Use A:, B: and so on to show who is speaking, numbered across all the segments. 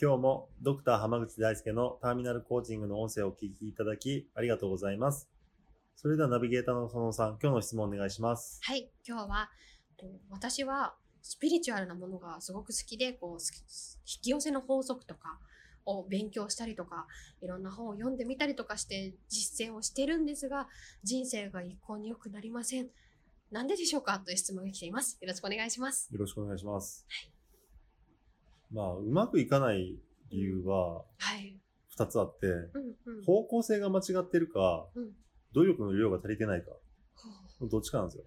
A: 今日もドクター浜口大輔のターミナルコーチングの音声をお聞きいただきありがとうございます。それではナビゲーターのそのさん、今日の質問お願いします。
B: はい、今日はえっと私はスピリチュアルなものがすごく好きでこう好き引き寄せの法則とかを勉強したりとかいろんな本を読んでみたりとかして実践をしてるんですが人生が一向に良くなりません。なんででしょうかという質問が来ています。よろしくお願いします。
A: よろしくお願いします。まあ、うまくいかない理由は
B: はい。
A: 2つあって、
B: うんうん。
A: 方向性が間違ってるか
B: うん、
A: 努力の量が足りてないか、
B: ほ
A: どっちかなんですよ。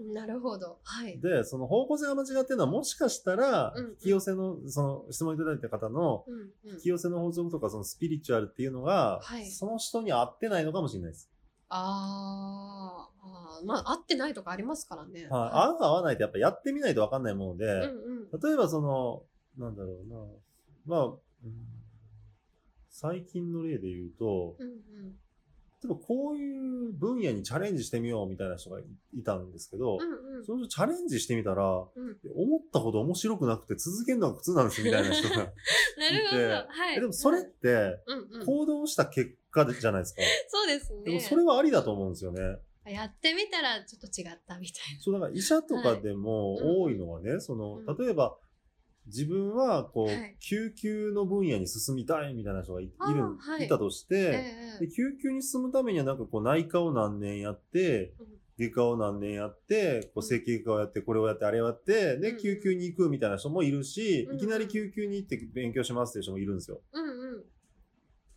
B: うなるほど。はい。
A: で、その方向性が間違ってるのはもしかしたら
B: うん、
A: 引き寄せの、その質問いただいた方の、
B: うんうん
A: 引き。寄せの法則とかそのスピリチュアルっていうのが、
B: はい
A: その人に合ってないのかもしれないです。
B: あーあー、まあ合ってないとかありますからね。
A: はい、合う合わないってやっぱやってみないとわかんないもので、
B: い。うんうん。
A: 例えばその、なんだろうな、まあ、うん最近の例で言うと、
B: うんうん。
A: 例えばこういう分野にチャレンジしてみようみたいな人がいいたんですけど、
B: うんうん。
A: その人チャレンジしてみたら、
B: うん
A: 思ったほど面白くなくて続けるのが苦痛 なんですみたいな人が。
B: なるほ
A: 見
B: ど。はい。
A: えでもそれって、
B: うんうん、
A: 行動した結果でじゃないですか。
B: そうです
A: で
B: ね
A: も。それはありだと思うんですよね。
B: やってみたらちょっと違ったみたい
A: そう、だから医者とかでも
B: はいうん
A: 多いのはね、そ
B: うん
A: の、例えば、自分は、こう、
B: はい
A: 救急の分野に進みたいみたいな人がいい
B: あー
A: る、
B: はい
A: い、たとし
B: な。
A: て、
B: え
A: で、救急に進むためには、なんかこう、内科を何年やって
B: うん、
A: 外科を何年やって、こう、
B: うん
A: 整形外科をやって、これをやって、あれをやって、
B: うん
A: で、
B: うん
A: 救急に行くみたいな人もいるし
B: うんう、ん
A: いきなり救急に行って勉強しますっていう人もいるんですよ。
B: うんうん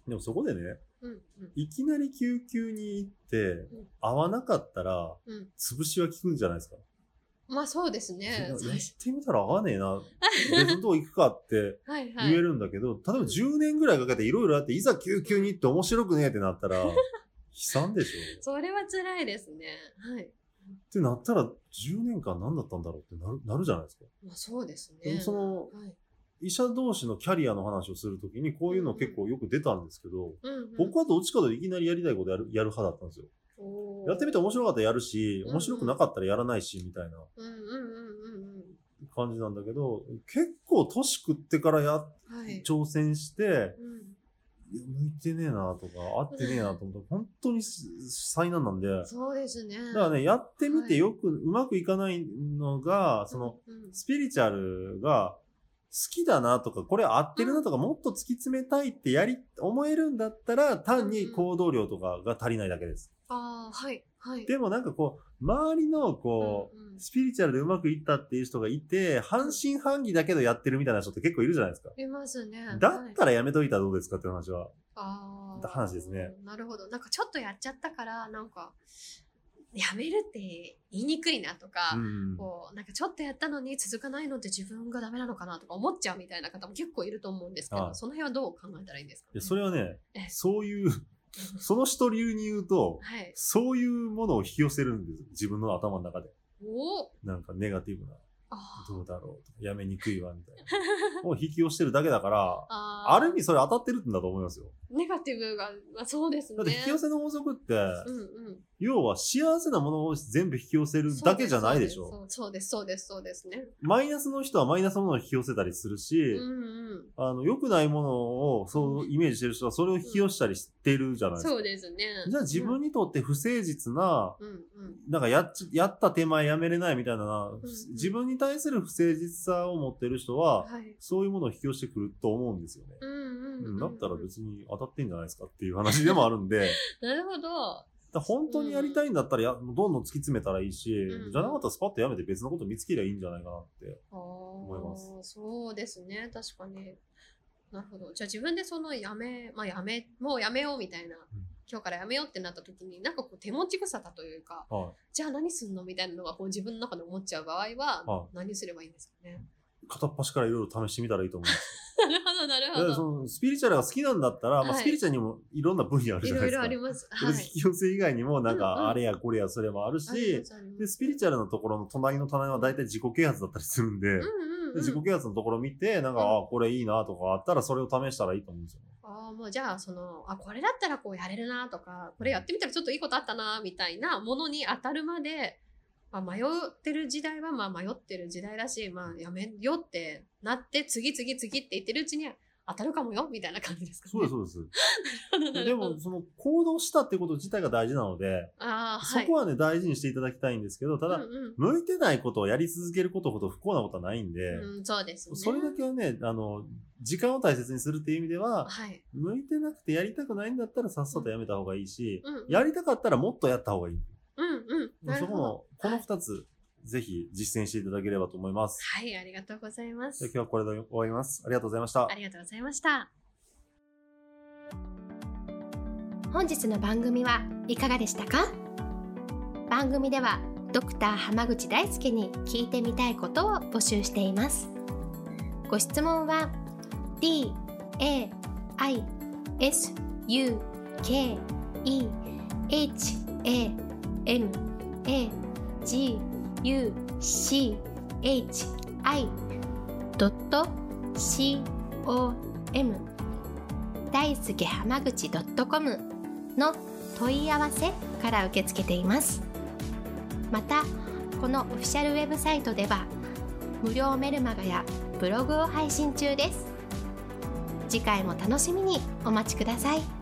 A: でもそこでね、
B: うんうん。
A: いきなり救急に行って
B: ん、
A: 合わなかったら
B: うん、
A: 潰しは効くんじゃないですか。
B: まあそうですね
A: や。ってみたら合わねえ な、別のとこ行くかって
B: はいは
A: 言え
B: い。
A: るんだけど、例えば10年ぐらいかけていろいろあって、いざ救急に行って面白くねえってなった ら、悲惨でしょ
B: それは辛いですね。はい。
A: ってなったら、10年間何だったんだろうってなるなるじゃないですか。
B: まあそうです
A: で
B: ね。
A: もその、
B: はい。
A: 医者同士のキャリアの話をするときに、こういうの結構よく出たんですけど、
B: うんうん、
A: 僕はどっちかというといきなりやりたいことやるやる派だったんですよ。
B: おー
A: やってみて面白かったらやるし、
B: うん
A: 面白くなかったらやらないし、みたいな
B: うんうんうんうん
A: 感じなんだけど、結構年食ってからや、
B: うん。はい。
A: 挑戦して、
B: うん、
A: いや向いてねえなとか、合ってねえなと思ったら、本当にす災難なんで、だ
B: そうですね。だ
A: からね、やってみ
B: はい
A: てよく、うまくいかないのが、その、、
B: うんうん
A: スピリチュアルが好きだなとか、これ合ってるなとか、もっと突き詰めたいってやり、思えるんだったら、単
B: うん
A: に
B: うん
A: 行動量とかが足りないだけです。
B: ああ、はい。はい。
A: でもなんかこう、周りのこ
B: うんうん
A: う、スピリチュアルでうまくいったっていう人がいて、半信半疑だけどやってるみたいな人って結構いるじゃないですか。
B: いますね。
A: だ
B: はい
A: ったらやめといたらどうですかっていう話は。
B: ああ。
A: 話ですね。
B: なるほど。なんかちょっとやっちゃったから、なんか、やめるって言いにくいなとか、
A: うん
B: こう、なんかちょっとやったのに続かないのって自分がダメなのかなとか思っちゃうみたいな方も結構いると思うんですけど、
A: はい
B: その辺はどう考えたらいいんですか、
A: いや、それはね
B: え、
A: そういう、その人流に言うと、
B: はい。
A: そういうものを引き寄せるんです。自分の頭の中で。
B: おお
A: なんかネガティブな、
B: あー
A: どうだろうとか、やめにくいわ、みたいな。 を引き寄せてるだけだから、
B: あー
A: ある意味それ当たってるんだと思いますよ。
B: ネガティブが、まあ、そうですね。
A: だって引き寄せの法則って、
B: うんうん。
A: 要は幸せなものを全部引き寄せるだけじゃないでしょ。
B: そうです、そうです、そうですそうですね。
A: マイナスの人はマイナスのものを引き寄せたりするし、
B: うんうん。
A: あの、良くないものを、そう、イメージしてる人はそれを引き寄せたりしてるじゃないですか。
B: そうですね。
A: じゃあ自分にとって不誠実な、
B: うんうん。
A: なんかやっちやった手前やめれないみたいな、
B: うん
A: 自分に対する不誠実さを持ってる人は、
B: はい。
A: そういうものを引き寄せてくると思うんですよね。
B: うんうん、
A: う
B: うんん。
A: だったら別に当たってんじゃないですかっていう 話でもあるんで、だか
B: なるほど。
A: ら本当にやりたいんだったらや、どんどん突き詰めたらいいし、
B: うん
A: じゃなかったらスパッとやめて別のこと見つけりゃいいんじゃないかなって。
B: 思
A: います
B: そうですね、確かに。なるほど。じゃあ自分でそのやめ、まあやめ、もうやめようみたいな今日からやめようってなった時になんかこう手持ち無沙汰というか
A: は
B: じゃあ何すんのみたいなのがこう自分の中で思っちゃう場合は
A: は
B: 何すればいいんですかね。
A: い。片っ端からいろいろ試してみたらいいと思い ます。
B: なるほどなる
A: だ
B: ほ
A: から
B: ど。
A: そのスピリチュアルが好きなんだったら、まあ、
B: はい
A: スピリチュアルにもいろんな分野ある
B: い
A: じゃない
B: ろい
A: です
B: ろ
A: か。
B: あります。は
A: で
B: い。
A: 引き寄せ以外にもなん
B: うんうん
A: かあれやこれやそれもあるし、
B: ありますあります
A: でスピリチュアルのところの隣の棚は大体自己啓発だったりするんで、
B: うんうんうん
A: で自己啓発のところ見てなんか、
B: うん
A: あこれいいなとかあったらそれを試したらいいと思うんですよね。
B: ああもうじゃあそのあこれだったらこうやれるなとかこれやってみたらちょっといいことあったなみたいなものに当たるまで、まあ、迷ってる時代はまあ迷ってる時代だし、まあ、やめようってなって次次次って言ってるうちに当たるかもよみたいな感じですかね。
A: そうですそうです。
B: な
A: で
B: る
A: で
B: ほど
A: もその行動したってこと自体が大事なので、
B: ああ
A: そ
B: はい
A: こはね大事にしていただきたいんですけどただ、
B: うんうん
A: 向いてないことをやり続けることほど不幸なことはないんで、
B: うん、そうですね。
A: それだけはねあの時間を大切にするっていう意味では
B: はい。
A: 向いてなくてやりたくないんだったらさっさとやめた方がいいし、
B: うん、
A: やりたかったらもっとやった方がいい。
B: うん、うん。な
A: そ
B: る
A: こ
B: ほど。
A: の、この2つ、ぜひ実践していただければと思います。
B: はい、ありがとうございま
A: じゃあ
B: す。
A: 今日はこれで終わります。ありがとうございました
B: あ。りがとうございました。
C: 本日の番組はいかがでしたか番組ではドクター濱口大輔に聞いてみたいことを募集していますご質問は d a i s u k e h a m a g u c h i c o m 大輔濱口 .com の問い合わせから受け付けていますまたこのオフィシャルウェブサイトでは無料メルマガやブログを配信中です次回も楽しみにお待ちください